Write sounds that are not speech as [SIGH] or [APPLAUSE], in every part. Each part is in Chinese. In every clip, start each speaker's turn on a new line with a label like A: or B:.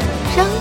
A: 活，生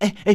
B: 哎哎，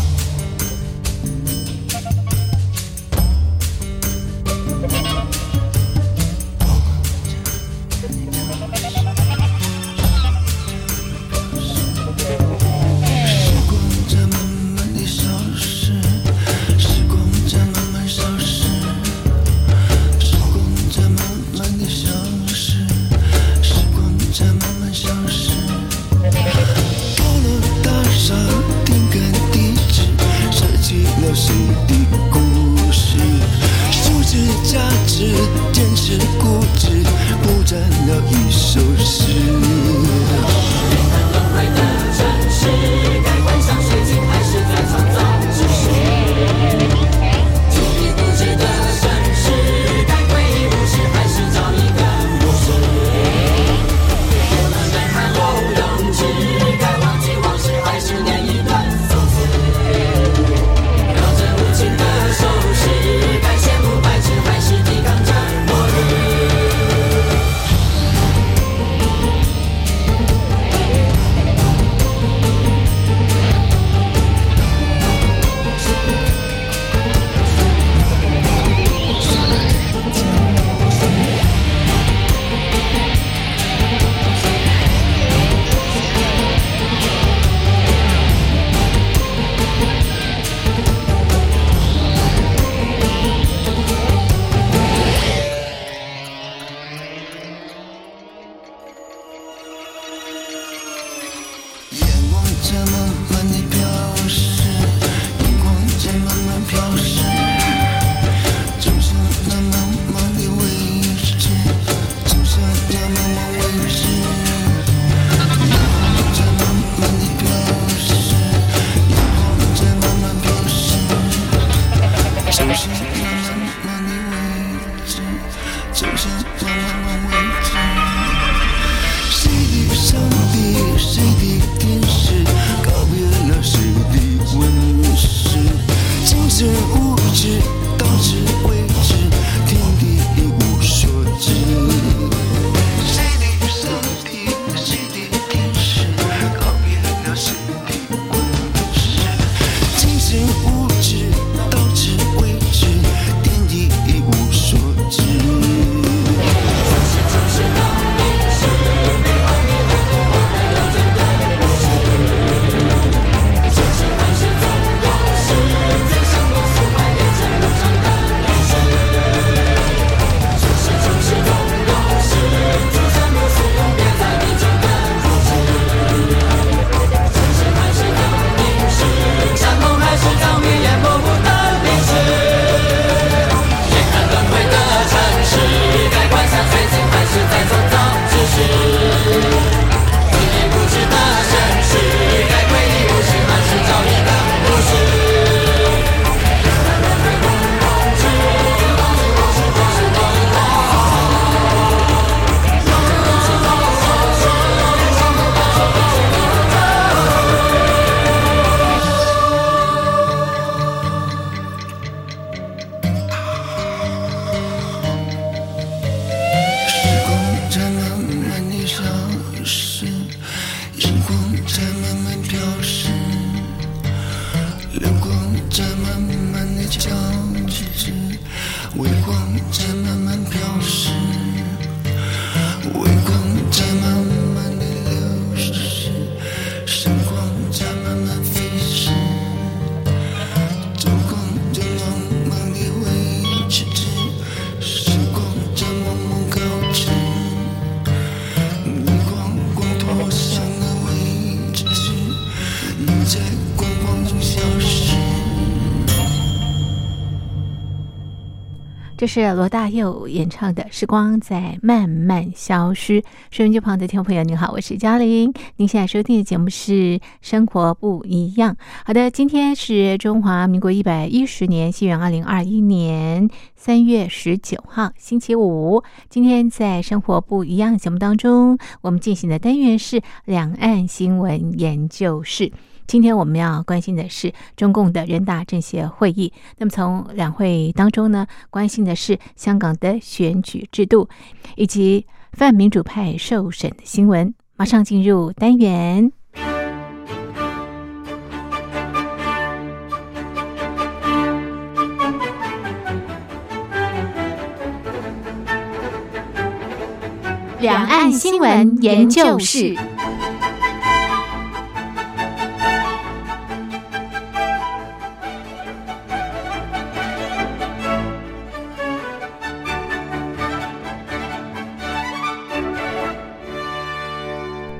C: 在慢慢地消失，时光在慢慢消失，时光在慢慢地消失，时光在慢慢消失。到了大厦，听感在慢慢地飘逝，阳光在慢慢飘逝，走向那茫茫的未知，走向那茫茫未知。阳光在慢慢地飘逝，阳光在慢慢飘逝，走向那茫茫的未知，走向那茫茫未知。谁的上帝，谁的天使，告别了谁的温室？今生无知，到此为止，天地一无所知。谁的上帝，谁的天使，告别了谁的温室？今生无知，到此为止，天地一无所知。
D: 山盟海誓早已淹没我的历史。眼看轮回的城市，该关上水晶还是再创造秩序？一言不值的盛世，该回忆故事还是找一个故事？
C: 时光在慢慢地消失，阳光在慢慢飘逝，流光在慢慢地交织，微光在慢慢飘逝，微光在慢慢地流逝，闪光在慢慢飞逝。走过这茫茫的未知之，时光在茫茫告知，你光光脱向了未知之，你在光光中消失。
A: 这是罗大佑演唱的《时光在慢慢消失》。收音机旁的听众朋友，您好，我是嘉玲。您现在收听的节目是《生活不一样》。好的，今天是中华民国一百一十年，西元二零二一年三月十九号，星期五。今天在《生活不一样》节目当中，我们进行的单元是两岸新闻研究室。今天我们要关心的是中共的人大政协会议。那么从两会当中呢，关心的是香港的选举制度以及泛民主派受审的新闻。马上进入单元。两岸新闻研究室。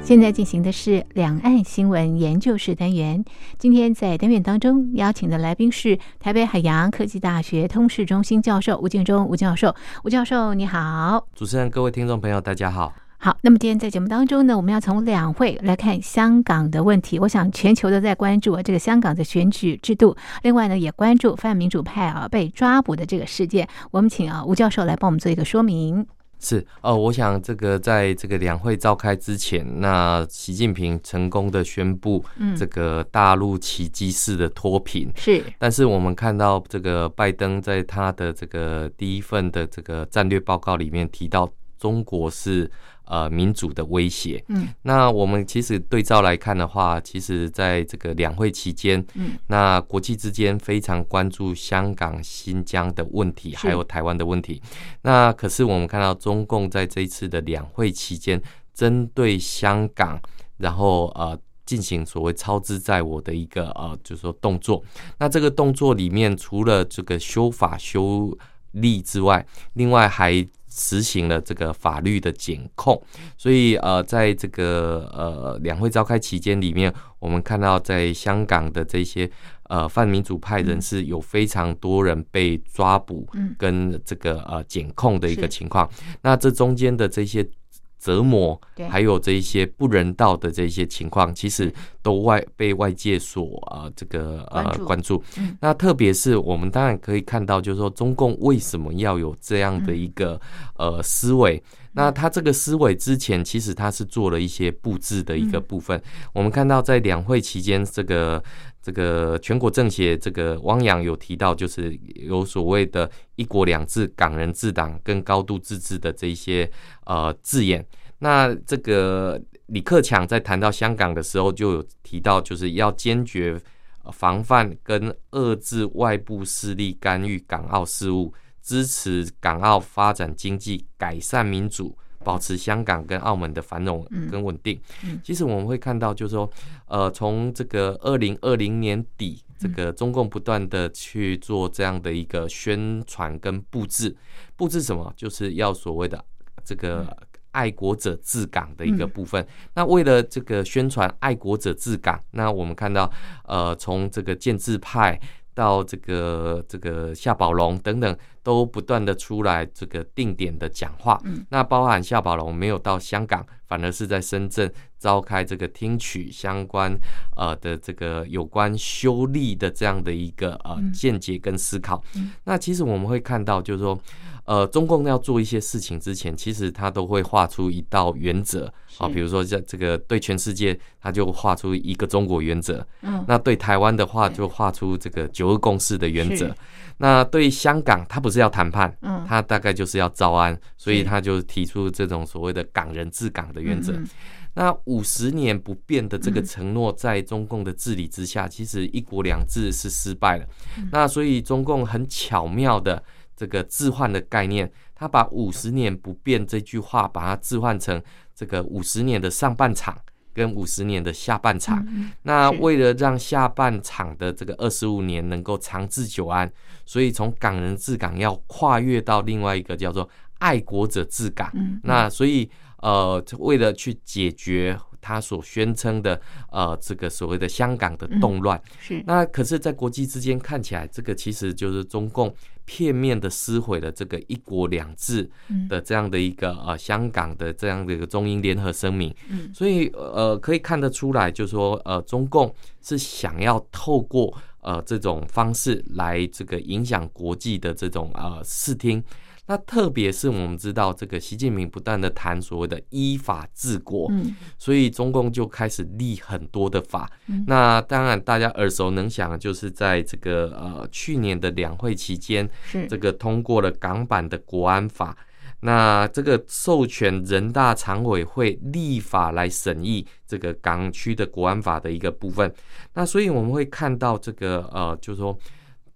A: 现在进行的是两岸新闻研究室单元。今天在单元当中邀请的来宾是台北海洋科技大学通识中心教授吴建中吴教授。吴教授你好，
E: 主持人、各位听众朋友，大家好。
A: 好，那么今天在节目当中呢，我们要从两会来看香港的问题。我想全球都在关注啊这个香港的选举制度，另外呢也关注泛民主派啊被抓捕的这个事件。我们请啊吴教授来帮我们做一个说明。
E: 是哦，我想这个在这个两会召开之前，那习近平成功的宣布
A: 嗯
E: 这个大陆奇迹式的脱贫，
A: 是
E: 但是我们看到这个拜登在他的这个第一份的这个战略报告里面提到，中国是呃民主的威胁。
A: 嗯，
E: 那我们其实对照来看的话，其实在这个两会期间，
A: 嗯，
E: 那国际之间非常关注香港、新疆的问题，还有台湾的问题。那可是我们看到中共在这一次的两会期间，针对香港，然后呃。进行所谓操之在我的一个呃，就是说动作，那这个动作里面，除了这个修法修例之外，另外还实行了这个法律的检控，所以呃，在这个呃两会召开期间里面，我们看到在香港的这些呃泛民主派人士有非常多人被抓捕
A: 嗯，
E: 跟这个呃检控的一个
A: 是
E: 情况。那这中间的这些折磨
A: 对，
E: 还有这一些不人道的这些情况，其实都外被外界所呃这个呃
A: 关注
E: 关注。
A: 嗯
E: 那特别是我们当然可以看到，就是说中共为什么要有这样
A: 嗯
E: 的一个、呃思维？那他这个思维之前，其实他是做了一些布置的一个
A: 嗯
E: 部分。我们看到在两会期间，这个这个全国政协这个汪洋有提到，就是有所谓的“一国两制”、“港人治党”跟“高度自治”的这一些呃字眼。那这个李克强在谈到香港的时候，就有提到，就是要坚决呃防范跟遏制外部势力干预港澳事务，支持港澳发展经济，改善民主，保持香港跟澳门的繁荣
A: 嗯
E: 跟稳定。
A: 嗯
E: 其实我们会看到，就是说，呃，从这个二零二零年底，这个中共不断的去做这样的一个宣传跟布置，布置什么？就是要所谓的这个爱国者治港的一个
A: 嗯
E: 部分。那为了这个宣传爱国者治港，那我们看到，呃，从这个建制派到这个这个夏宝龙等等，都不断的出来这个定点的讲话。
A: 嗯
E: 那包含夏宝龙没有到香港，反而是在深圳召开这个听取相关呃的这个有关修例的这样的一个呃
A: 嗯
E: 见解跟思考。
A: 嗯
E: 那其实我们会看到，就是说。呃，中共要做一些事情之前，其实他都会画出一道原则啊，
A: 是
E: 比如说在这个对全世界，他就画出一个中国原则，
A: 嗯，
E: 那对台湾的话，
A: 对
E: 就画出这个九二共识的原则
A: 是。
E: [LAUGHS] 那对香港，他不是要谈判，
A: 嗯
E: 他大概就是要招安，所以
A: 是
E: 他就提出这种所谓的“港人治港”的原则。
A: 嗯
E: 那五十年不变的这个
A: 嗯
E: 承诺，在中共的治理之下，其实“一国两制”是失败了。那所以中共很巧妙的这个置换的概念，他把“五十年不变”这句话，把它置换成这个五十年的上半场跟五十年的下半场。
A: 嗯
E: 那
A: 是
E: 为了让下半场的这个二十五年能够长治久安，所以从港人治港要跨越到另外一个叫做爱国者治港。
A: 嗯
E: 那所以呃，为了去解决他所宣称的呃这个所谓的香港的动乱，
A: 是
E: 那可是，在国际之间看起来，这个其实就是中共片面的撕毁了这个“一国两制”
A: 嗯
E: 的这样的一个呃香港的这样的一个中英联合声明。
A: 嗯
E: 所以呃，可以看得出来，就是说呃，中共是想要透过呃这种方式来这个影响国际的这种呃视听。那特别是我们知道，这个习近平不断的谈所谓的依法治国，
A: 嗯
E: 所以中共就开始立很多的法。
A: 嗯
E: 那当然，大家耳熟能详的就是在这个呃去年的两会期间，
A: 是
E: 这个通过了港版的国安法。那这个授权人大常委会立法来审议这个港区的国安法的一个部分。那所以我们会看到这个呃，就是说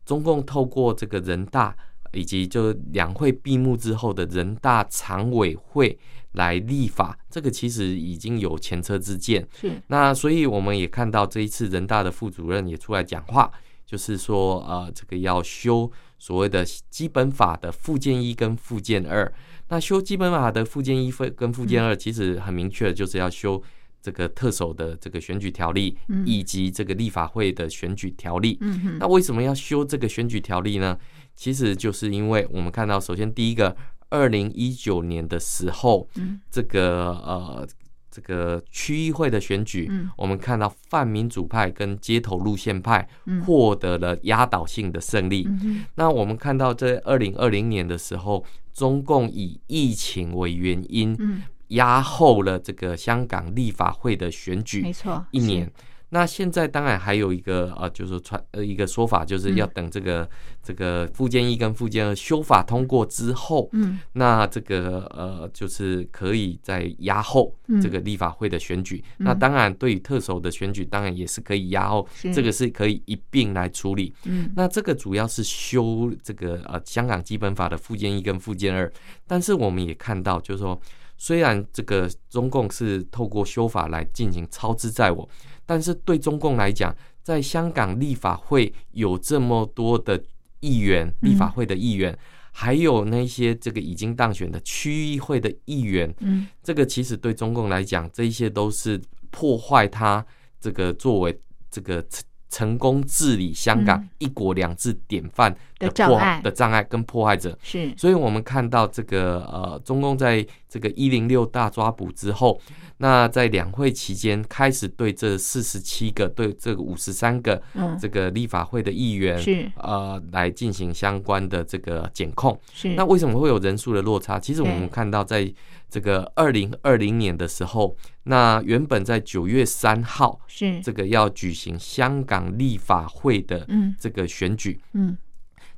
E: 中共透过这个人大以及就两会闭幕之后的人大常委会来立法，这个其实已经有前车之鉴。
A: 是
E: 那所以我们也看到这一次人大的副主任也出来讲话，就是说呃，这个要修所谓的基本法的附件一跟附件二。那修基本法的附件一分跟附件
A: 嗯
E: 二，其实很明确，就是要修这个特首的这个选举条例，
A: 嗯
E: 以及这个立法会的选举条例。
A: 嗯哼
E: 那为什么要修这个选举条例呢？其实就是因为我们看到，首先第一个，二零一九年的时候，
A: 嗯
E: 这个呃这个区议会的选举，
A: 嗯
E: 我们看到泛民主派跟街头路线派
A: 嗯
E: 获得了压倒性的胜利。
A: 嗯哼
E: 那我们看到，在二零二零年的时候，中共以疫情为原因，
A: 嗯
E: 压后了这个香港立法会的选举。
A: 没错
E: 一
A: 是
E: 年。那现在当然还有一个呃，就是传呃一个说法，就是
A: 嗯
E: 要等这个、这个附件一跟附件二修法通过之后，
A: 嗯
E: 那这个呃就是可以再压后
A: 嗯
E: 这个立法会的选举。
A: 嗯
E: 那当然对于特首的选举，当然也是可以压后
A: 是，
E: 这个是可以一并来处理。
A: 嗯
E: 那这个主要是修这个呃香港基本法的附件一跟附件二，但是我们也看到，就是说虽然这个中共是透过修法来进行操之在我，但是对中共来讲，在香港立法会有这么多的议员，立法会的议员。还有那些这个已经当选的区议会的议员，
A: 嗯，
E: 这个其实对中共来讲，这一些都是破坏他这个作为这个成成功治理香港
A: 嗯
E: 一国两制典范
A: 的
E: 破
A: 障碍
E: 的障碍跟迫害者。
A: 是，
E: 所以我们看到这个呃，中共在这个一零六大抓捕之后，那在两会期间开始对这四十七个、对这个五十三个
A: 嗯，
E: 这个立法会的议员
A: 是
E: 呃来进行相关的这个检控。
A: 是，
E: 那为什么会有人数的落差？其实我
A: 对
E: 们看到，在这个二零二零年的时候，那原本在九月三号
A: 是
E: 这个要举行香港立法会的
A: 嗯
E: 这个选举，
A: 嗯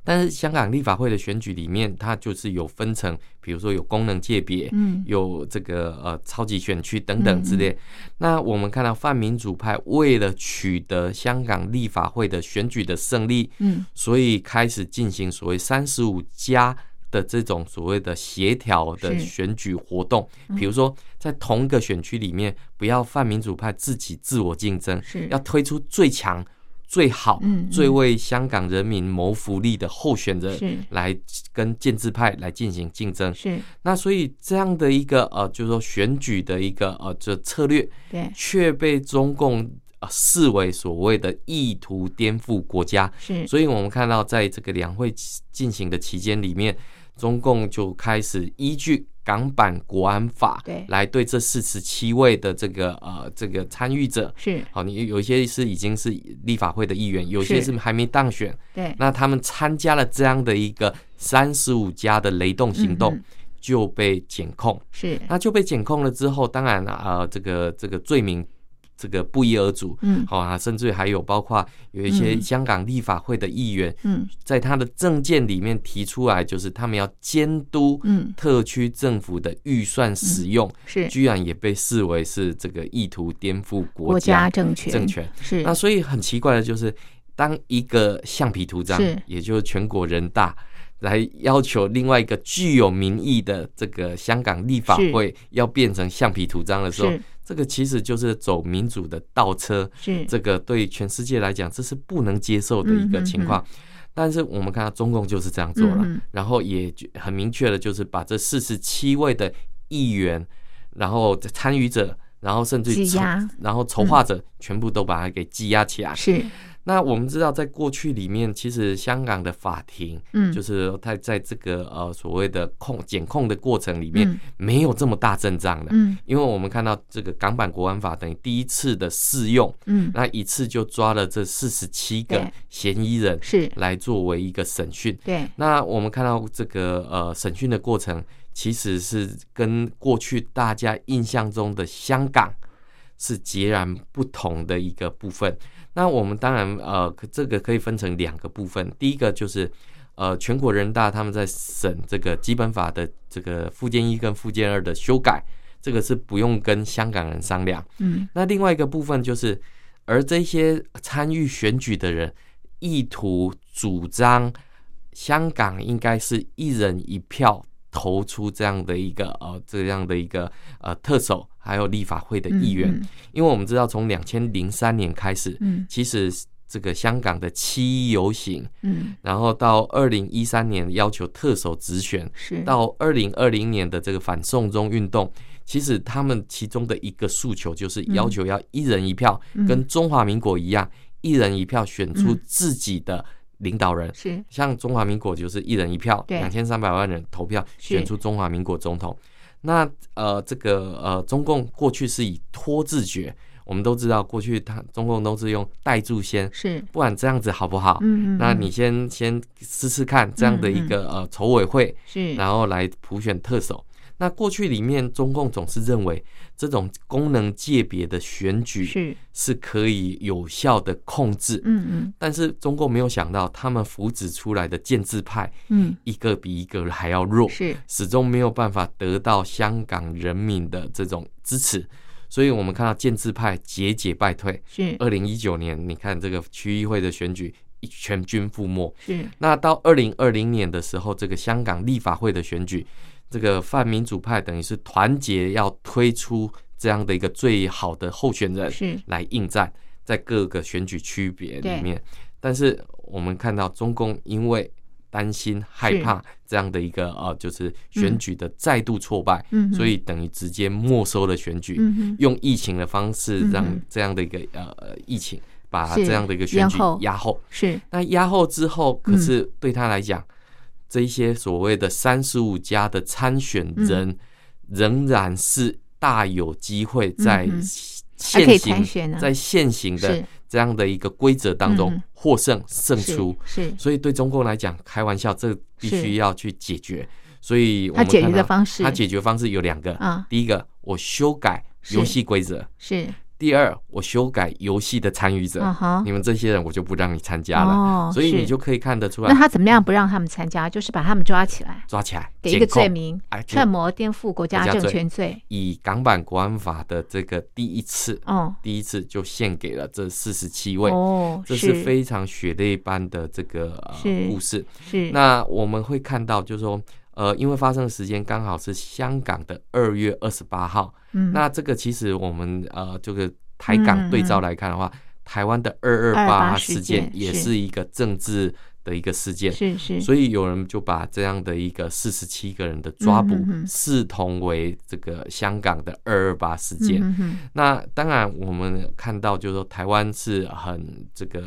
E: 但是香港立法会的选举里面，它就是有分成，比如说有功能界别，
A: 嗯
E: 有这个呃超级选区等等之
A: 嗯
E: 类。那我们看到泛民主派为了取得香港立法会的选举的胜利，
A: 嗯
E: 所以开始进行所谓三十五加的这种所谓的协调的
A: 是
E: 选举活动，
A: 嗯
E: 比如说在同一个选区里面，不要泛民主派自己自我竞争，
A: 是
E: 要推出最强、最好、
A: 嗯嗯
E: 最为香港人民谋福利的候选
A: 是
E: 人来跟建制派来进行竞争。
A: 是，
E: 那所以这样的一个呃，就是说选举的一个呃这策略，
A: 对
E: 却被中共。呃视为所谓的意图颠覆国家，
A: 是，
E: 所以我们看到，在这个两会期进行的期间里面，中共就开始依据港版国安法
A: 对
E: 来对这四十七位的这个呃这个参与者，
A: 是
E: 好，你有一些是已经是立法会的议员，有些
A: 是
E: 是还没当选，
A: 对
E: 那他们参加了这样的一个三十五家的雷动行动。
A: 嗯嗯
E: 就被检控，
A: 是，
E: 那就被检控了之后，当然啊、呃，这个这个罪名，这个不一而足。
A: 嗯
E: 好、啊，甚至还有包括有一些
A: 嗯
E: 香港立法会的议员，
A: 嗯
E: 在他的政见里面提出来，就是他们要监督
A: 嗯
E: 特区政府的预算使用，
A: 是
E: 居然也被视为是这个意图颠覆
A: 国
E: 国
A: 家
E: 家
A: 政权
E: 政权。
A: 是
E: 那所以很奇怪的就是，当一个橡皮图章
A: 是，
E: 也就是全国人大。来要求另外一个具有民意的这个香港立法
A: 是
E: 会要变成橡皮图章的时候
A: 是，
E: 这个其实就是走民主的倒车，
A: 是
E: 这个对全世界来讲，这是不能接受的一个情况。但是我们看到中共就是这样做了，
A: 嗯嗯
E: 然后也就很明确的，就是把这四十七位的议员，然后参与者，然后甚至
A: 羁
E: 筹
A: 押嗯
E: 然后筹划者，全部都把它给羁押起来。
A: 是
E: 那我们知道，在过去里面，其实香港的法庭，
A: 嗯
E: 就是它在这个呃所谓的控检控的过程里面，
A: 嗯
E: 没有这么大阵仗的。
A: 嗯
E: 因为我们看到这个港版国安法等于第一次的试用，
A: 嗯
E: 那一次就抓了这四十七个
A: 对
E: 嫌疑人
A: 是
E: 来作为一个审讯。
A: 对
E: 那我们看到这个呃审讯的过程，其实是跟过去大家印象中的香港是截然不同的一个部分。那我们当然呃，可这个可以分成两个部分，第一个就是。呃，全国人大他们在审这个基本法的这个附件一跟附件二的修改，这个是不用跟香港人商量。
A: 嗯
E: 那另外一个部分就是，而这些参与选举的人意图主张香港应该是一人一票投出这样的一个呃这样的一个呃特首，还有立法会的议员，
A: 嗯
E: 因为我们知道从两千零三年开始，
A: 嗯
E: 其实这个香港的七一游行，
A: 嗯
E: 然后到二零一三年要求特首直选，
A: 是
E: 到二零二零年的这个反送中运动，其实他们其中的一个诉求就是要求要一人一票，
A: 嗯
E: 跟中华民国一样，一人一票选出
A: 嗯
E: 自己的领导人。
A: 是
E: 像中华民国就是一人一票，
A: 嗯对
E: 两千三百万人投票
A: 是
E: 选出中华民国总统。那呃，这个呃，中共过去是以拖字诀，我们都知道，过去他中共都是用戴柱先，
A: 是
E: 不然这样子好不好？
A: 嗯嗯
E: 那
A: 嗯
E: 你先先试试看这样的一个、呃筹委会，
A: 是
E: 然后来普选特首。那过去里面，中共总是认为这种功能界别的选举
A: 是
E: 是可以有效的控制，
A: 嗯
E: 但是中共没有想到，他们扶植出来的建制派
A: 嗯
E: 一个比一个还要弱
A: 嗯，是
E: 始终没有办法得到香港人民的这种支持，所以我们看到建制派节节败退。
A: 是
E: 二零一九年，你看这个区议会的选举一全军覆没，
A: 是
E: 那到二零二零年的时候，这个香港立法会的选举，这个泛民主派等于是团结要推出这样的一个最好的候选人
A: 是
E: 来应战，在各个选举区别
A: 对
E: 里面。但是我们看到中共因为担心、害怕这样的一个呃，就是选举的再度挫败，
A: 嗯哼
E: 所以等于直接没收了选举，
A: 嗯哼
E: 用疫情的方式让
A: 嗯哼
E: 这样的一个呃呃疫情把
A: 是
E: 这样的一个选举
A: 延后
E: 压后。
A: 是
E: 那压后之后，可
A: 嗯
E: 是对他来讲，这一些所谓的三十五家的参选人，
A: 嗯
E: 仍然是大有机会在
A: 嗯哼还可以
E: 现
A: 参
E: 行、
A: 选啊
E: 在现行的
A: 是
E: 这样的一个规则当
A: 嗯
E: 中获胜胜
A: 是
E: 出。
A: 是，
E: 所以对中共来讲，开玩笑这必
A: 是
E: 须要去解决。所以我
A: 他
E: 们
A: 解决
E: 看
A: 的
E: 到
A: 方式
E: 它解决方式有两个
A: 啊
E: 第一个我修改游戏规则，
A: 是
E: 第二我修改游戏的参与者
A: 啊哈
E: 你们这些人我就不让你参加了。
A: 哦
E: 所以
A: 是
E: 你就可以看得出
A: 那
E: 来，
A: 他怎么样不让他们参加？就是把他们抓起来，
E: 抓起来
A: 给一个
E: 检控
A: 罪名
E: 哎，，就
A: 串谋颠覆国家
E: 国家
A: 政
E: 罪
A: 权罪。
E: 以港版国安法的这个第一次，
A: 哦
E: 第一次就献给了这四十七位。
A: 哦，
E: 这是非常血泪般的这个、
A: 是
E: 呃、故事。
A: 是
E: 那我们会看到，就是说，呃，因为发生的时间刚好是香港的二月二十八号，
A: 嗯
E: 那这个其实我们呃，这个台
A: 嗯嗯
E: 港
A: 嗯
E: 对照来看的话，台湾的二二
A: 228
E: 八
A: 事
E: 事
A: 件
E: 件也
A: 是
E: 是一个政治的一个事件，
A: 是是，
E: 所以有人就把这样的一个四十七个人的抓捕
A: 嗯嗯嗯
E: 视同为这个香港的二二八事件。
A: 嗯哼
E: 那当然，我们看到就是说，台湾是很这个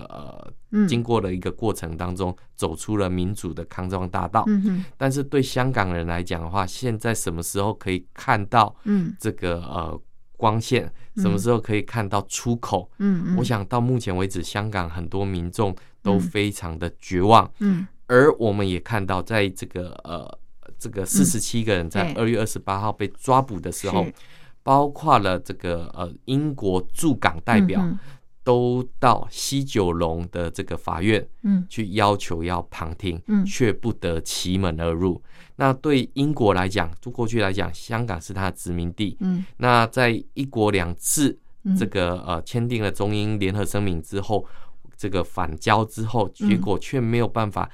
A: 嗯
E: 呃，经过了一个过程当中，走出了民主的康庄大道。
A: 嗯哼
E: 但是对香港人来讲的话，现在什么时候可以看到
A: 嗯
E: 这个呃光线？什么时候可以看到出口？
A: 嗯嗯，
E: 我想到目前为止，香港很多民众都
A: 嗯
E: 非常的绝望。
A: 嗯
E: 而我们也看到，在这个呃这个四十七个人在
A: 嗯对
E: 二月二十八号被抓捕的时候
A: 是，
E: 包括了这个呃英国驻港代表、
A: 嗯
E: 都到西九龙的这个法院
A: 嗯
E: 去要求要旁听，
A: 嗯
E: 却不得其门而入。那对英国来讲，就过去来讲，香港是它的殖民地，
A: 嗯
E: 那在一国两制
A: 嗯
E: 这个呃签订了中英联合声明之后，这个反交之后，
A: 嗯
E: 结果却没有办法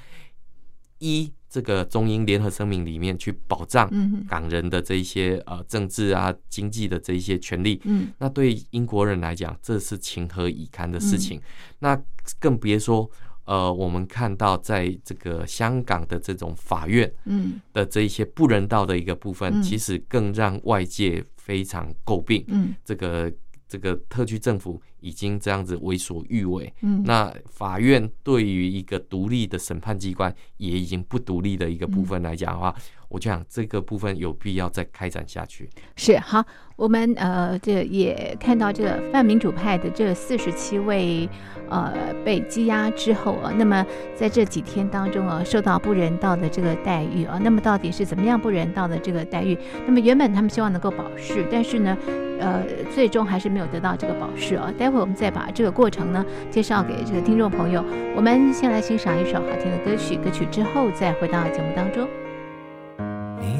E: 依这个中英联合声明里面去保障
A: 嗯哼
E: 港人的这一些呃政治啊、经济的这一些权利。
A: 嗯
E: 那对英国人来讲，这是情何以堪的事
A: 嗯
E: 情。那更别说呃，我们看到在这个香港的这种法院，
A: 嗯
E: 的这一些不人道的一个部分，
A: 嗯
E: 其实更让外界非常诟病。
A: 嗯
E: 这个这个特区政府已经这样子为所欲为，
A: 嗯，
E: 那法院对于一个独立的审判机关也已经不独立的一个部分来讲的话，
A: 嗯
E: 我就想这个部分有必要再开展下去。
A: 是好，我们呃，这也看到这个泛民主派的这四十七位呃被羁押之后啊，那么在这几天当中啊，受到不人道的这个待遇啊，那么到底是怎么样不人道的这个待遇？那么原本他们希望能够保释，但是呢。呃，最终还是没有得到这个保释啊！待会我们再把这个过程呢介绍给这个听众朋友。我们先来欣赏一首好听的歌曲，歌曲之后再回到节目当中。
F: 你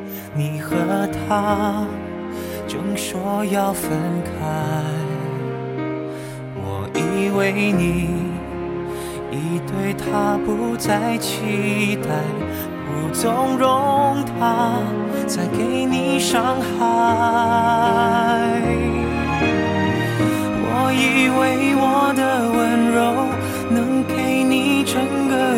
F: 你和他正说要分开，我以为你已对他不再期待，不纵容他再给你伤害。我以为我的温柔能给你整个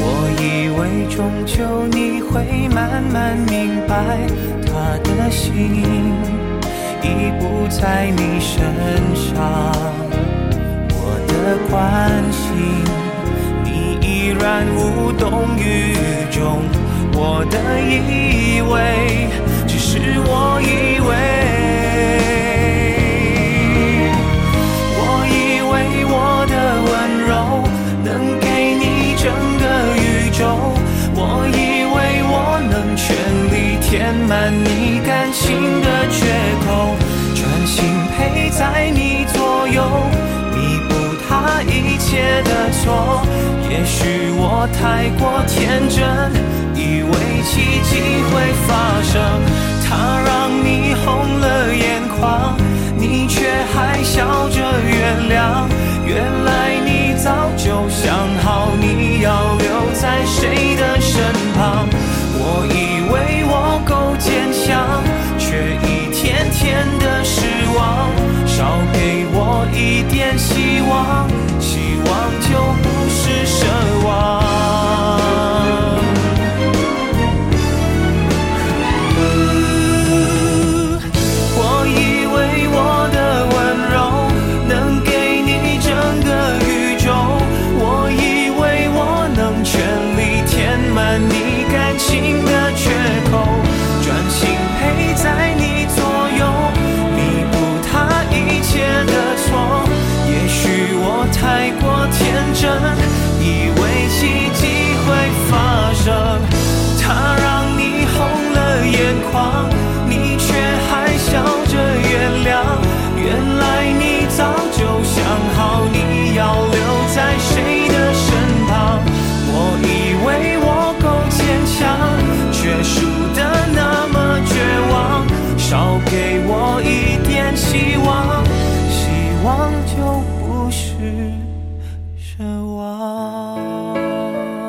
F: 我以为终求你会慢慢明白他的心，已不在你身上。我的关心，你依然无动于衷。我的以为，只是我以为。我以为我的温柔能给你整个宇宙，我以为我能全力填满你感情的缺口，专心陪在你左右，弥补他一切的错。也许我太过天真，以为奇迹会发生，他让你红了眼眶。你却还笑着原谅。原来你早就想好你要留在谁的身旁。我以为我够坚强，却一天天的失望。少给我一点希望，希望就不是奢望。我以为我的温柔能给你整个宇宙，我以为我能全力填满你感情的缺口，专心陪在你左右，弥补他一切的错。也许我太过天真，以为奇迹会发生。他让你红了眼眶，你却还笑着原谅。原来你早就想好你要留在谁的身旁。我以为我够坚强，却输得那么绝望。少给我一点希望，希望就不是奢望。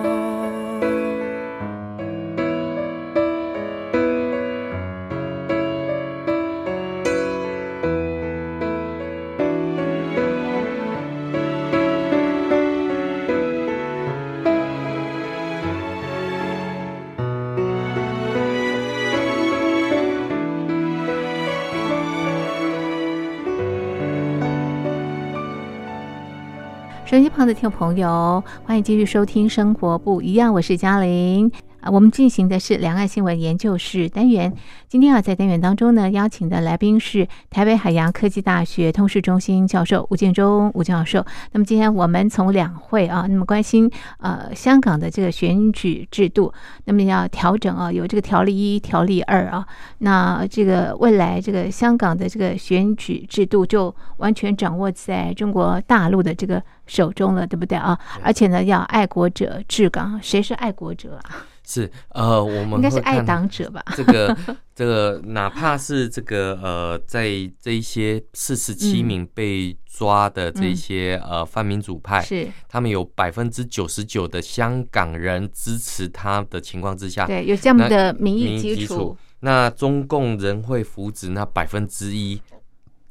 A: 收音机旁的听众朋友，欢迎继续收听《生活不一样》，我是嘉玲。啊，我们进行的是两岸新闻研究室单元。今天啊，在单元当中呢，邀请的来宾是台北海洋科技大学通识中心教授吴建中吴教授。那么今天我们从两会啊，那么关心呃香港的这个选举制度，那么要调整啊，有这个条例一、条例二啊，那这个未来这个香港的这个选举制度就完全掌握在中国大陆的这个手中了，对不对啊？而且呢，要爱国者治港，谁是爱国者啊？
E: 是呃，我们
A: 应该是
E: 会
A: 爱
E: 看
A: 党者吧？
E: 这个这个，哪怕是这个呃，在这一些四十七
A: 嗯
E: 名被抓的这
A: 嗯
E: 些、呃泛民主派，
A: 是
E: 他们有百分之九十九的香港人支持他的情况之下，
A: 对，有这样
E: 那
A: 的民
E: 民
A: 意
E: 意
A: 基础
E: 础，，那中共仍会扶植那百分之一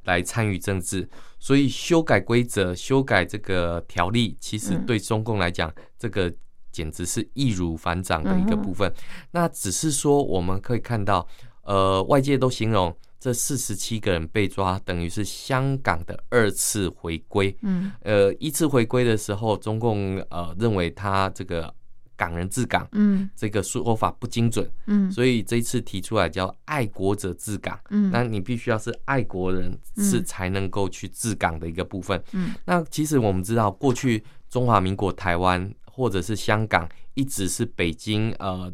E: 来参与政治，所以修改规则、修改这个条例，其实
A: 嗯
E: 对中共来讲，这个简直是易如反掌的一
A: 嗯
E: 个
A: 哼
E: 部分。那只是说，我们可以看到，呃，外界都形容这四十七个人被抓，等于是香港的二次回归。
A: 嗯
E: 呃，一次回归的时候，中共呃认为他这个港人治港
A: 嗯
E: 这个说法不精准，
A: 嗯，
E: 所以这一次提出来叫爱国者治港。
A: 嗯
E: 那你必须要是爱国人
A: 嗯
E: 是才能够去治港的一个部分。
A: 嗯，
E: 那其实我们知道，过去中华民国台湾或者是香港，一直是北京呃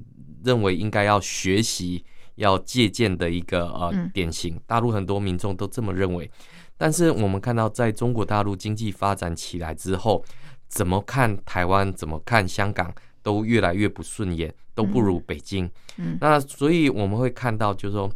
E: 认为应该要学习、要借鉴的一个呃
A: 嗯
E: 典型。大陆很多民众都这么认为，但是我们看到，在中国大陆经济发展起来之后，怎么看台湾，怎么看香港，都越来越不顺眼，都不如北京。
A: 嗯
E: 那所以我们会看到，就是说，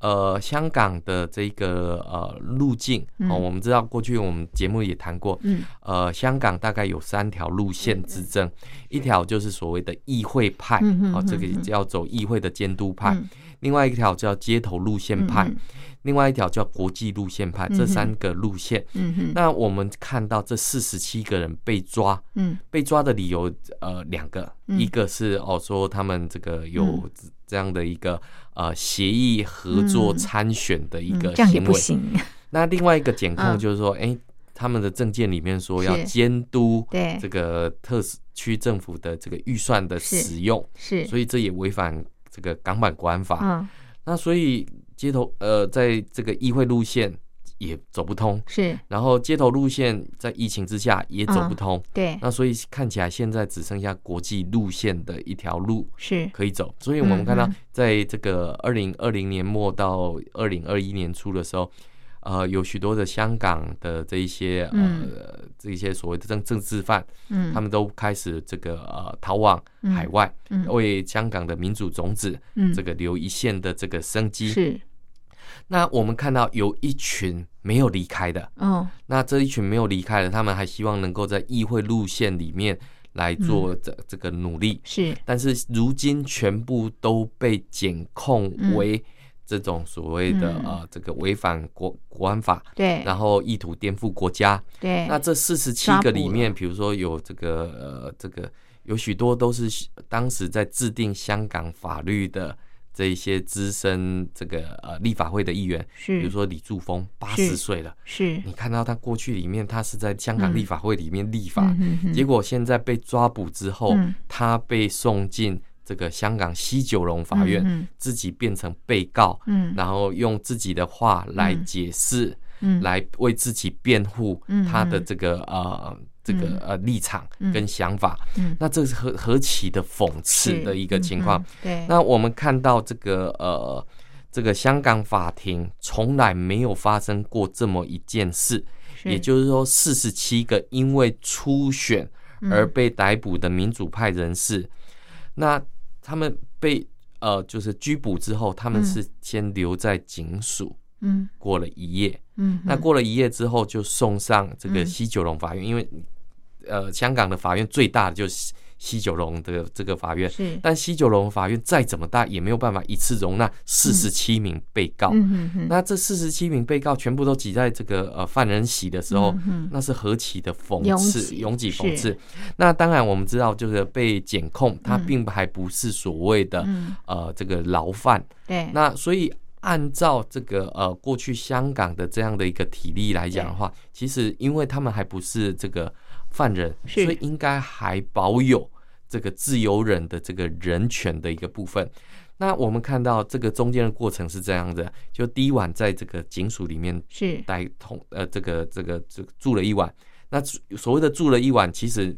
E: 呃香港的这个呃路径哦，
A: 嗯
E: 我们知道过去我们节目也谈过，
A: 嗯
E: 呃，香港大概有三条路线之争，一条就是所谓的议会派，
A: 嗯嗯
E: 哦
A: 嗯，
E: 这个
A: 嗯
E: 叫走议会的监督派；
A: 嗯
E: 另外一条叫街头路线派，
A: 嗯嗯
E: 另外一条叫国际路线派。
A: 嗯
E: 这三个路线，
A: 嗯哼
E: 那我们看到这四十七个人被抓，
A: 嗯
E: 被抓的理由呃两个，
A: 嗯
E: 一个是哦说他们这个有
A: 嗯
E: 这样的一个呃协议合作
A: 嗯
E: 参选的一
A: 嗯
E: 个，
A: 这样也
E: 行
A: 不
E: 为，
A: 行， [LAUGHS]
E: 那另外一个检控
A: 嗯
E: 就是说，哎、他们的证件里面说要
A: 是
E: 监督
A: 对
E: 这个特区政府的这个预算的
A: 是
E: 使用，
A: 是，
E: 所以这也违反这个港版国安法。
A: 嗯
E: 那所以街头呃，在这个议会路线也走不通，
A: 是
E: 然后街头路线在疫情之下也走
A: 嗯
E: 不通。
A: 对
E: 那所以看起来现在只剩下国际路线的一条路
A: 是
E: 可以走，所以我们看到
A: 嗯哼，
E: 在这个二零二零年末到二零二一年初的时候，呃，有许多的香港的这一些
A: 嗯
E: 呃这一些所谓的政政治犯，
A: 嗯
E: 他们都开始这个呃逃往
A: 嗯
E: 海外，
A: 嗯
E: 为香港的民主种子
A: 嗯
E: 这个留一线的这个生机。
A: 是
E: 那我们看到有一群没有离开的，
A: 哦
E: 那这一群没有离开的，他们还希望能够在议会路线里面来做
A: 嗯
E: 这这个努力。
A: 是
E: 但是如今全部都被检控为这种所谓的、
A: 嗯
E: 呃这个违反国国安法，
A: 对
E: 然后意图颠覆国家。
A: 对
E: 那这四十七
A: 抓捕
E: 个里面，比如说有这个呃这个有许多都是当时在制定香港法律的。这一些资深这个呃立法会的议员，
A: 是
E: 比如说李柱峰，八
A: 是
E: 十岁了，
A: 是
E: 你看到他过去里面，他是在香港
A: 嗯
E: 立法会里面立法，
A: 嗯哼哼
E: 结果现在被抓捕之后，
A: 嗯
E: 他被送进这个香港西九龙法院，
A: 嗯嗯
E: 自己变成被告，
A: 嗯
E: 然后用自己的话来解释，
A: 嗯
E: 来为自己辩护
A: 嗯
E: 他的这个、呃这个呃立场
A: 嗯
E: 跟想法。
A: 嗯
E: 那这是何何其的讽刺的一个情况。
A: 嗯哼对
E: 那我们看到这个呃，这个香港法庭从来没有发生过这么一件事，
A: 是
E: 也就是说，四十七个因为初选
A: 嗯
E: 而被逮捕的民主派人士，那他们被呃就是拘捕之后，他们
A: 嗯
E: 是先留在警署
A: 嗯
E: 过了一夜，
A: 嗯
E: 那
A: 哼
E: 过了一夜之后，就送上这个
A: 嗯
E: 西九龙法院，因为呃，香港的法院最大的就是西西九龙的这个法院，
A: 是
E: 但西九龙法院再怎么大，也没有办法一次容纳四十七名被告。
A: 嗯哼哼
E: 那这四十七名被告全部都挤在这个呃犯人席的时候，
A: 嗯哼
E: 那是何其的讽
A: 拥
E: 刺、
A: 挤
E: 拥挤、
A: 是
E: 讽刺。那当然，我们知道，就是被检控，他并还不是所谓的、
A: 嗯
E: 呃这个牢犯，
A: 对
E: 那所以按照这个呃过去香港的这样的一个体例来讲的话，其实因为他们还不是这个犯人，所
A: 是
E: 以应该还保有这个自由人的这个人权的一个部分。那我们看到这个中间的过程是这样的，就第一晚在这个警署里面
A: 是
E: 待同呃这个这个这个住了一晚。那住所谓的住了一晚，其实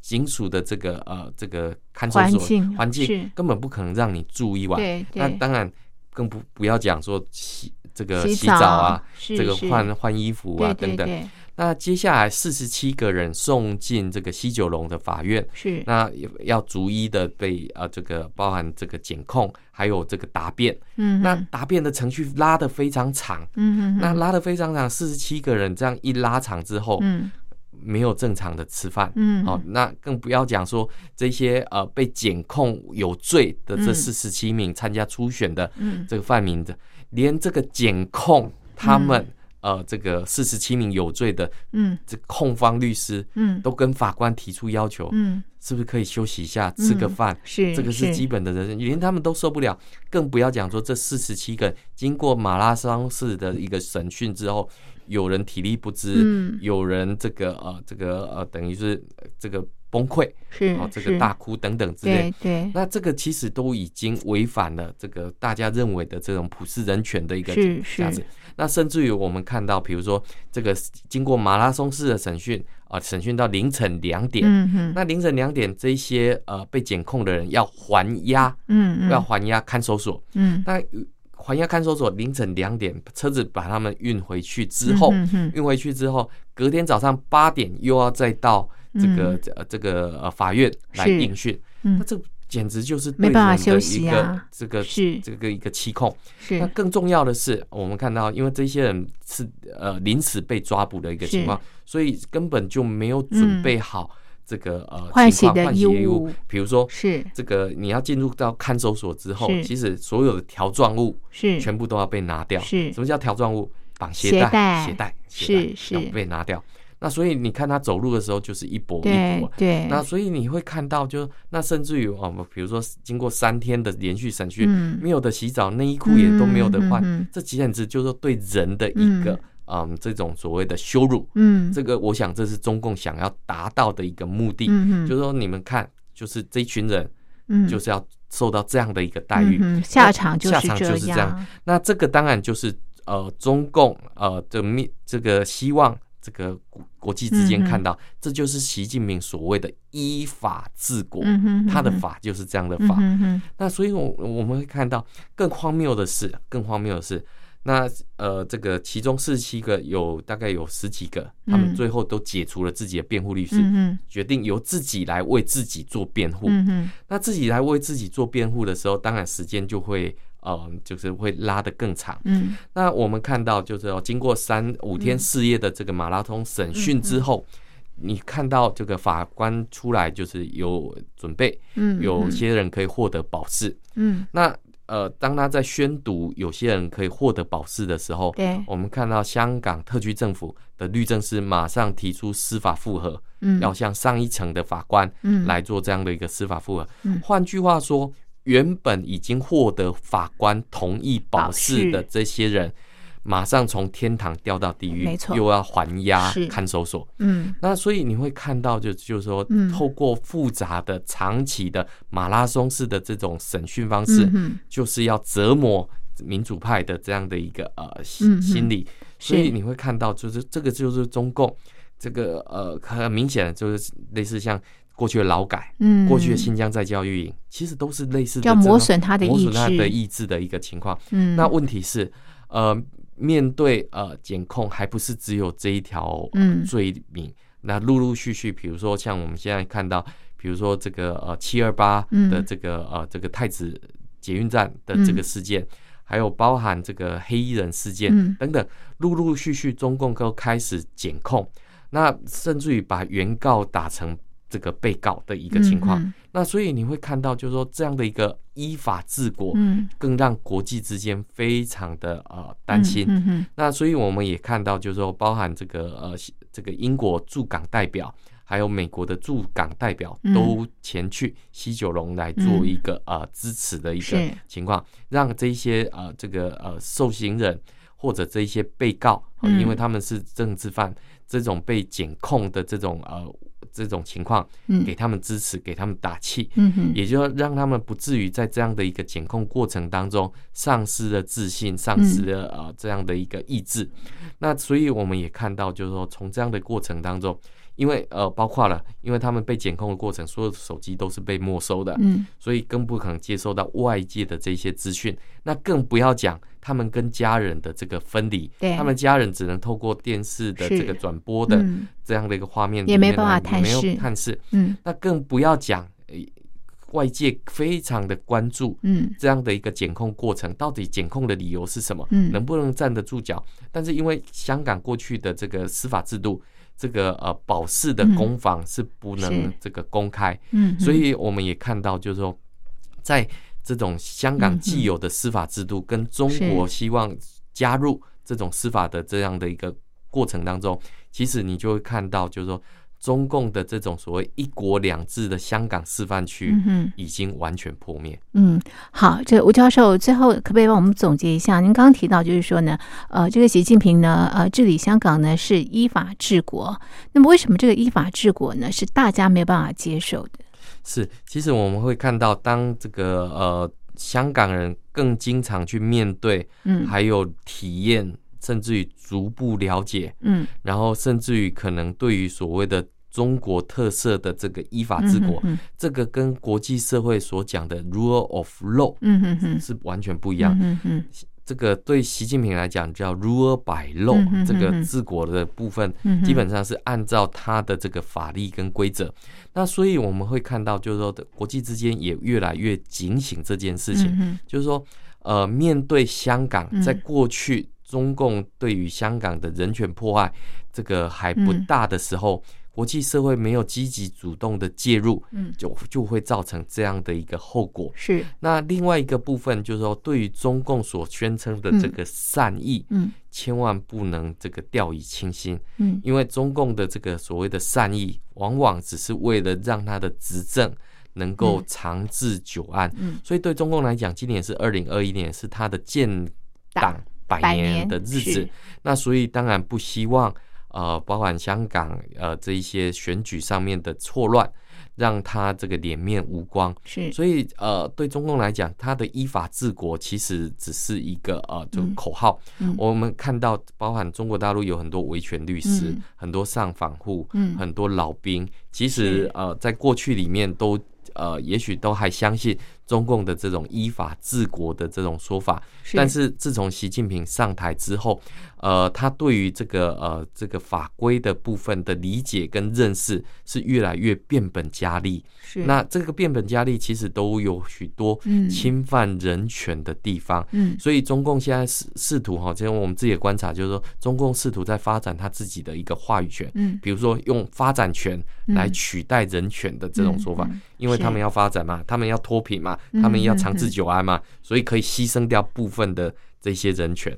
E: 警署的这个呃这个看守
A: 环
E: 所
A: 境
E: 环境
A: 是
E: 根本不可能让你住一晚。
A: 对
E: 那
A: 对
E: 当然更不不要讲说洗这个
A: 洗
E: 洗澡啊，
A: 是
E: 这个
A: 是
E: 换换衣服啊
A: 对对
E: 等等。
A: 对
E: 那接下来四十七个人送进这个西九龙的法院，
A: 是
E: 那也要逐一的被呃这个包含这个检控，还有这个答辩。
A: 嗯
E: 那
A: 哼
E: 答辩的程序拉得非常长，
A: 嗯哼
E: 那拉得非常长，四十七个人这样一拉长之后，
A: 嗯
E: 没有正常的吃饭，
A: 嗯
E: 哦，那更不要讲说这些呃被检控有罪的这
A: 嗯
E: 四十七名参加初选的
A: 嗯
E: 这个犯名的，连这个检控他们、呃这个四十七名有罪的
A: 嗯
E: 这控方律师
A: 嗯
E: 都跟法官提出要求，
A: 嗯
E: 是不是可以休息一下，吃个
A: 嗯
E: 饭？
A: 是
E: 这个是
A: 是
E: 基本的人，连他们都受不了，更不要讲说这四十七个人经过马拉松式的一个审讯之后，有人体力不支，
A: 嗯
E: 有人这个呃这个呃等于是呃这个崩溃，
A: 是
E: 哦这个
A: 嗯是
E: 大哭等等之类
A: 对。对嗯
E: 那这个其实都已经违反了这个大家认为的这种普世人权的一个
A: 是
E: 价值
A: 是。
E: 那甚至于我们看到，比如说这个经过马拉松式的审讯啊、呃审讯到凌晨两点，
A: 嗯哼
E: 那凌晨两点，这一些呃被检控的人要还押，
A: 嗯
E: 要
A: 嗯
E: 还押看守所。
A: 嗯
E: 那呃还押看守所，凌晨两点，车子把他们运回去之后，
A: 嗯哼
E: 运回去之后，隔天早上八点又要再到这个、呃这个呃法院
A: 嗯
E: 来
A: 是
E: 应讯。
A: 嗯
E: 那这简直就是
A: 没
E: 对
A: 办法
E: 人
A: 休
E: 的
A: 息
E: 一个
A: 啊
E: 这个
A: 是
E: 这个一个欺控。那
A: 是
E: 更重要的是，我们看到，因为这些人是呃临时被抓捕的一个情况，所以根本就没有准备好这个、呃
A: 嗯换
E: 情
A: 洗的
E: 况换洗
A: 衣
E: 义
A: 物
E: 务，比如说
A: 是
E: 这个你要进入到看守所之后，
A: 是
E: 其实所有的条状物
A: 是
E: 全部都要被拿掉。
A: 是
E: 什么叫条状物？绑
A: 鞋
E: 鞋带、
A: 带
E: 鞋带、
A: 是
E: 鞋带
A: 是
E: 要被拿掉。那所以你看他走路的时候，就是一跛一跛
A: 对
E: 啊。
A: 对，
E: 那所以你会看到就，那甚至于哦，比如说经过三天的连续审讯，
A: 嗯
E: 没有的洗澡，内衣裤也都没有的换，
A: 嗯嗯嗯
E: 这简直就是对人的一个嗯这种所谓的羞辱。
A: 嗯，
E: 这个我想这是中共想要达到的一个目的，
A: 嗯嗯
E: 就是说你们看，就是这一群人
A: 嗯
E: 就是要受到这样的一个待遇，呃
A: 嗯嗯下场就
E: 下
A: 是
E: 场
A: 这
E: 就是这
A: 样
E: 样，那这个当然就是呃，中共呃的密这个希望这个国国际之间
A: 嗯哼
E: 看到，这就是习近平所谓的依法治国，
A: 嗯哼
E: 他的
A: 嗯哼
E: 法就是这样的
A: 嗯
E: 法。
A: 哼哼
E: 那所以我，我们会看到更荒谬的是，更荒谬的是，那呃，这个其中四十七个有大概有十几个，他们
A: 嗯
E: 最后都解除了自己的辩护律师，
A: 嗯哼
E: 决定由自己来为自己做辩护。
A: 嗯哼
E: 那自己来为自己做辩护的时候，当然时间就会呃，就是会拉得更长。
A: 嗯
E: 那我们看到，就是哦，经过三五天四夜的这个马拉松审
A: 嗯
E: 讯之后，你看到这个法官出来，就是有准备，
A: 嗯，
E: 有
A: 嗯
E: 些人可以获得保释。
A: 嗯
E: 那呃，当他在宣读有些人可以获得保释的时候，
A: 对
E: 我们看到香港特区政府的律政司马上提出司法复核，
A: 嗯
E: 要向上一层的法官
A: 嗯
E: 来做这样的一个司法复核。
A: 嗯
E: 换句话说，原本已经获得法官同意保释
A: 保
E: 的
A: 释
E: 这些人，马上从天堂掉到地狱，
A: 没错
E: 又要还押
A: 是
E: 看守所。
A: 嗯
E: 那所以你会看到就，就是说
A: 嗯，
E: 透过复杂的、长期的马拉松式的这种审讯方式，
A: 嗯哼
E: 就是要折磨民主派的这样的一个呃
A: 嗯哼
E: 心心理。所以
A: 是
E: 你会看到，就是这个就是中共这个呃很明显的就是类似像过去的劳改、
A: 嗯，
E: 过去的新疆在教育营，其实都是类似的
A: 要
E: 这种
A: 磨损他的
E: 磨
A: 意
E: 损他
A: 志
E: 的意志的一个情况。
A: 嗯
E: 那问题是，呃，面对呃检控，还不是只有这一条、呃
A: 嗯、
E: 罪名？那陆陆续续，比如说像我们现在看到，比如说这个呃七二八
A: 嗯
E: 的这个、呃这个太子捷运站的这个
A: 嗯
E: 事件。还有包含这个黑衣人事件、
A: 嗯
E: 等等，陆陆续续中共都开始检控，那甚至于把原告打成这个被告的一个情况。
A: 嗯嗯
E: 那所以你会看到，就是说这样的一个依法治国，
A: 嗯
E: 更让国际之间非常的呃担心。
A: 嗯嗯
E: 那所以我们也看到，就是说包含这个呃西这个英国驻港代表，还有美国的驻港代表
A: 嗯
E: 都前去西九龙来做一个、呃支持的一
A: 是
E: 个情况，让这一些呃这个呃受刑人或者这一些被告、呃
A: 嗯
E: 因为他们是政治犯，这种被检控的这种呃这种情况，
A: 嗯
E: 给他们支持，给他们打气。
A: 嗯哼
E: 也就让他们不至于在这样的一个检控过程当中丧失了自信，丧失了
A: 嗯
E: 呃这样的一个意志。那所以我们也看到，就是说从这样的过程当中，因为呃包括了，因为他们被检控的过程，所有的手机都是被没收的，
A: 嗯
E: 所以更不可能接收到外界的这些资讯。那更不要讲他们跟家人的这个分离
A: 对，
E: 他们家人只能透过电视的
A: 是
E: 这个转播的
A: 嗯
E: 这样的一个画面
A: 也
E: 里
A: 没
E: 面
A: 办
E: 来
A: 法
E: 也没
A: 探视
E: 有探视。
A: 嗯
E: 那更不要讲，呃外界非常的关注
A: 嗯
E: 这样的一个检控过程，到底检控的理由是什么？
A: 嗯
E: 能不能站得住脚？但是因为香港过去的这个司法制度，这个呃保释的
A: 嗯
E: 公房是不能
A: 是
E: 这个公开，
A: 嗯，
E: 所以我们也看到，就是说，在这种香
A: 嗯
E: 港
A: 哼
E: 既有的司法制度跟中
A: 是
E: 国希望加入这种司法的这样的一个过程当中，其实你就会看到，就是说，中共的这种所谓“一国两制”的香港示范区
A: 嗯哼。
E: 已经完全破灭。
A: 嗯，好，这吴教授最后可不可以帮我们总结一下？您刚刚提到就是说呢，呃，这个习近平呢，呃，治理香港呢是依法治国，那么为什么这个依法治国呢是大家没有办法接受的？
E: 是，其实我们会看到，当这个呃香港人更经常去面对，
A: 嗯
E: 还有体验，甚至于逐步了解，
A: 嗯，
E: 然后甚至于可能对于所谓的中国特色的这个依法治国，
A: 嗯
E: 这个跟国际社会所讲的 rule of law
A: 嗯嗯嗯
E: 是完全不一样。
A: 嗯嗯
E: 这个对习近平来讲叫 rule by law，、
A: 嗯哼
E: 这
A: 嗯
E: 个
A: 哼
E: 治国的部分
A: 嗯哼嗯
E: 基本上是按照他的这个法律跟规则。那所以我们会看到，就是说国际之间也越来越警醒这件事情。
A: 嗯
E: 就是说，呃，面对香港
A: 嗯，
E: 在过去中共对于香港的人权迫害这个还不大的时候，国际社会没有积极主动的介入，
A: 嗯
E: 就就会造成这样的一个后果。
A: 是，
E: 那另外一个部分就是说，对于中共所宣称的这个善意，
A: 嗯
E: 千万不能这个掉以轻心，
A: 嗯
E: 因为中共的这个所谓的善意，往往只是为了让他的执政能够
A: 嗯
E: 长治久安。
A: 嗯
E: 所以对中共来讲，今年是二零二一年，是他的建
A: 党
E: 党
A: 百
E: 百
A: 年
E: 年的日子
A: 是。
E: 那所以当然不希望呃，包含香港呃这一些选举上面的错乱，让他这个脸面无光。
A: 是，
E: 所以呃，对中共来讲，他的依法治国其实只是一个呃，就
A: 嗯
E: 口号。
A: 嗯
E: 我们看到，包含中国大陆有很多维权律师，
A: 嗯
E: 很多上访户，
A: 嗯
E: 很多老兵，其
A: 是
E: 实呃，在过去里面都呃，也许都还相信中共的这种依法治国的这种说法。但是自从习近平上台之后，呃，他对于这个呃这个法规的部分的理解跟认识是越来越变本加厉。
A: 是
E: 那这个变本加厉其实都有许多
A: 嗯
E: 侵犯人权的地方，
A: 嗯
E: 所以中共现在试试图哈，这样我们自己的观察就是说，中共试图在发展他自己的一个话语权，
A: 嗯
E: 比如说用发展权来
A: 嗯
E: 取代人权的这种说法，
A: 嗯嗯
E: 因为他们
A: 是
E: 要发展嘛，他们要脱贫嘛，
A: 嗯
E: 他们要
A: 嗯
E: 长
A: 嗯
E: 治久安嘛，所以可以牺牲掉部分的这些人权。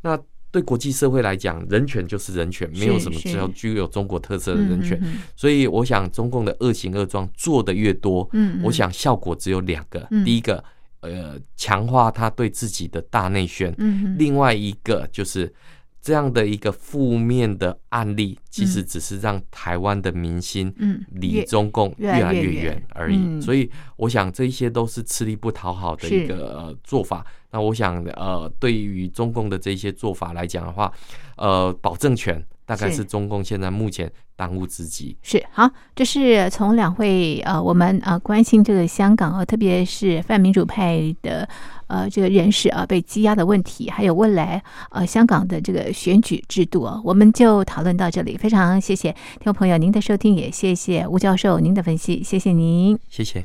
E: 那对国际社会来讲，人权就是人权，没有
A: 是
E: 什么
A: 是
E: 只有具有中国特色的人权。
A: 嗯
E: 所以我想，中共的恶行恶状做的越多，
A: 嗯嗯
E: 我想效果只有两个。
A: 嗯
E: 第一个，呃，强化他对自己的大内宣；
A: 嗯嗯
E: 另外一个就是这样的一个负面的案例，其实只是让台湾的民心
A: 嗯
E: 离
A: 越
E: 中共
A: 越
E: 越
A: 来
E: 来
A: 越
E: 越
A: 远
E: 远而已。
A: 嗯
E: 所以，我想这一些都是吃力不讨好的
A: 是
E: 一个、呃、做法。那我想，呃，对于中共的这些做法来讲的话，呃，保证权大概
A: 是
E: 是中共现在目前当务之急。
A: 是好，这是从两会呃，我们呃关心这个香港呃，特别是泛民主派的呃这个人士啊、呃、被羁押的问题，还有未来呃香港的这个选举制度啊、我们就讨论到这里。非常谢谢听众朋友您的收听，也谢谢吴教授您的分析，谢谢您。
E: 谢谢。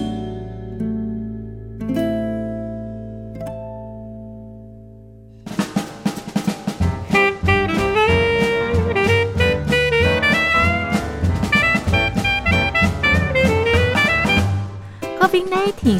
A: COVID-19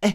B: 哎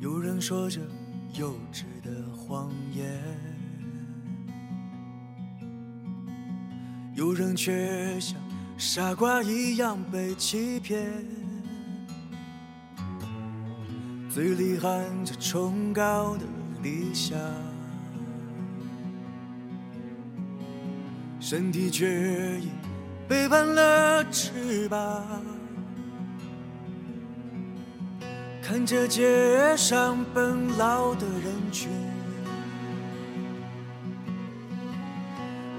F: 有人说着幼稚的谎言，有人却像傻瓜一样被欺骗，嘴里喊着崇高的理想，身体却已背叛了翅膀。看着街上奔劳的人群，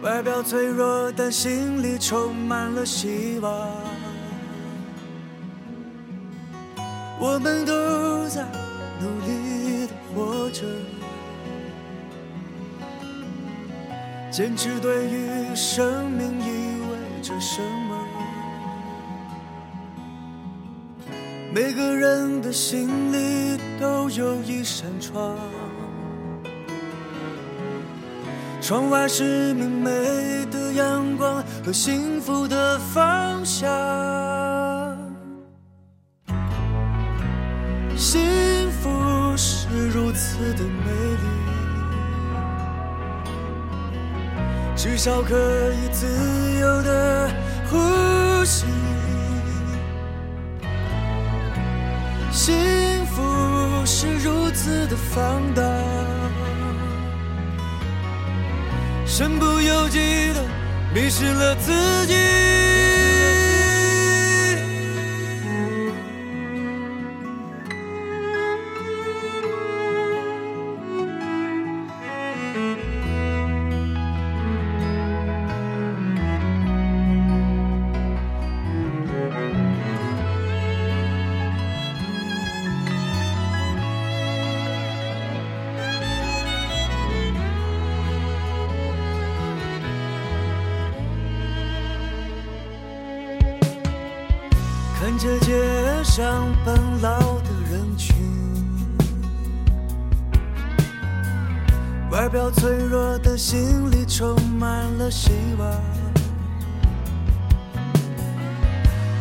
F: 外表脆弱，但心里充满了希望。我们都在努力的活着，坚持对于生命意味着什么。每个人的心里都有一扇窗，窗外是明媚的阳光和幸福的方向。幸福是如此的美丽，至少可以自由的呼吸。幸福是如此的放荡，身不由己的迷失了自己。看着街上奔劳的人群，外表脆弱，但心里充满了希望。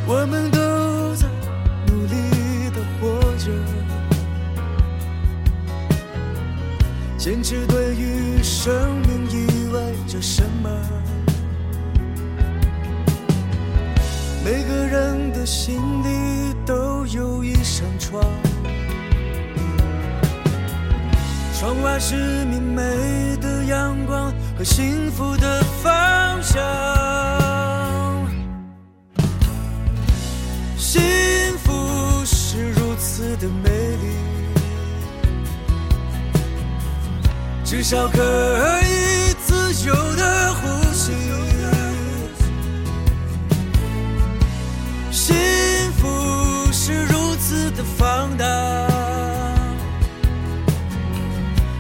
F: 我们都在努力的活着，坚持对于生命意味着什么。每个人的心里都有一扇窗，窗外是明媚的阳光和幸福的方向。幸福是如此的美丽，至少可以自由的呼吸。幸福是如此的放荡，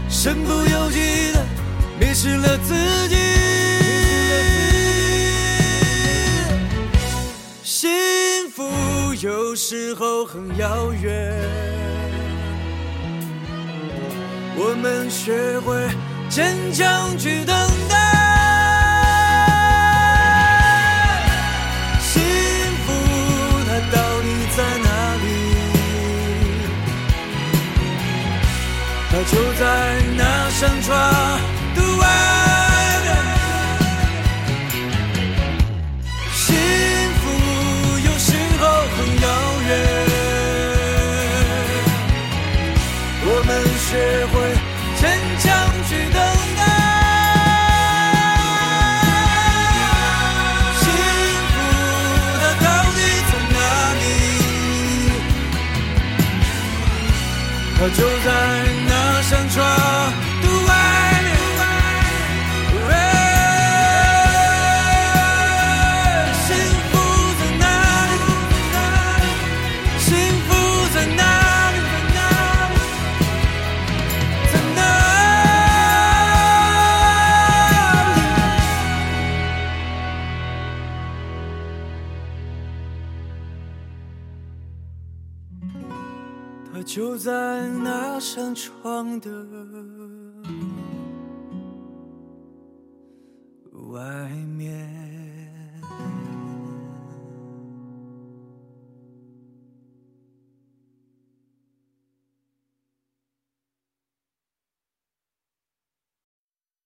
F: 身不由己的迷失了自己。幸福有时候很遥远，我们学会坚强去等待。幸福它到底在哪里？它就在那扇窗的外面。幸学会坚强去等待。幸福它到底在哪里？它就在那扇窗的外面。幸福在哪里？幸福在哪里？在哪里？它就在那扇窗的外面。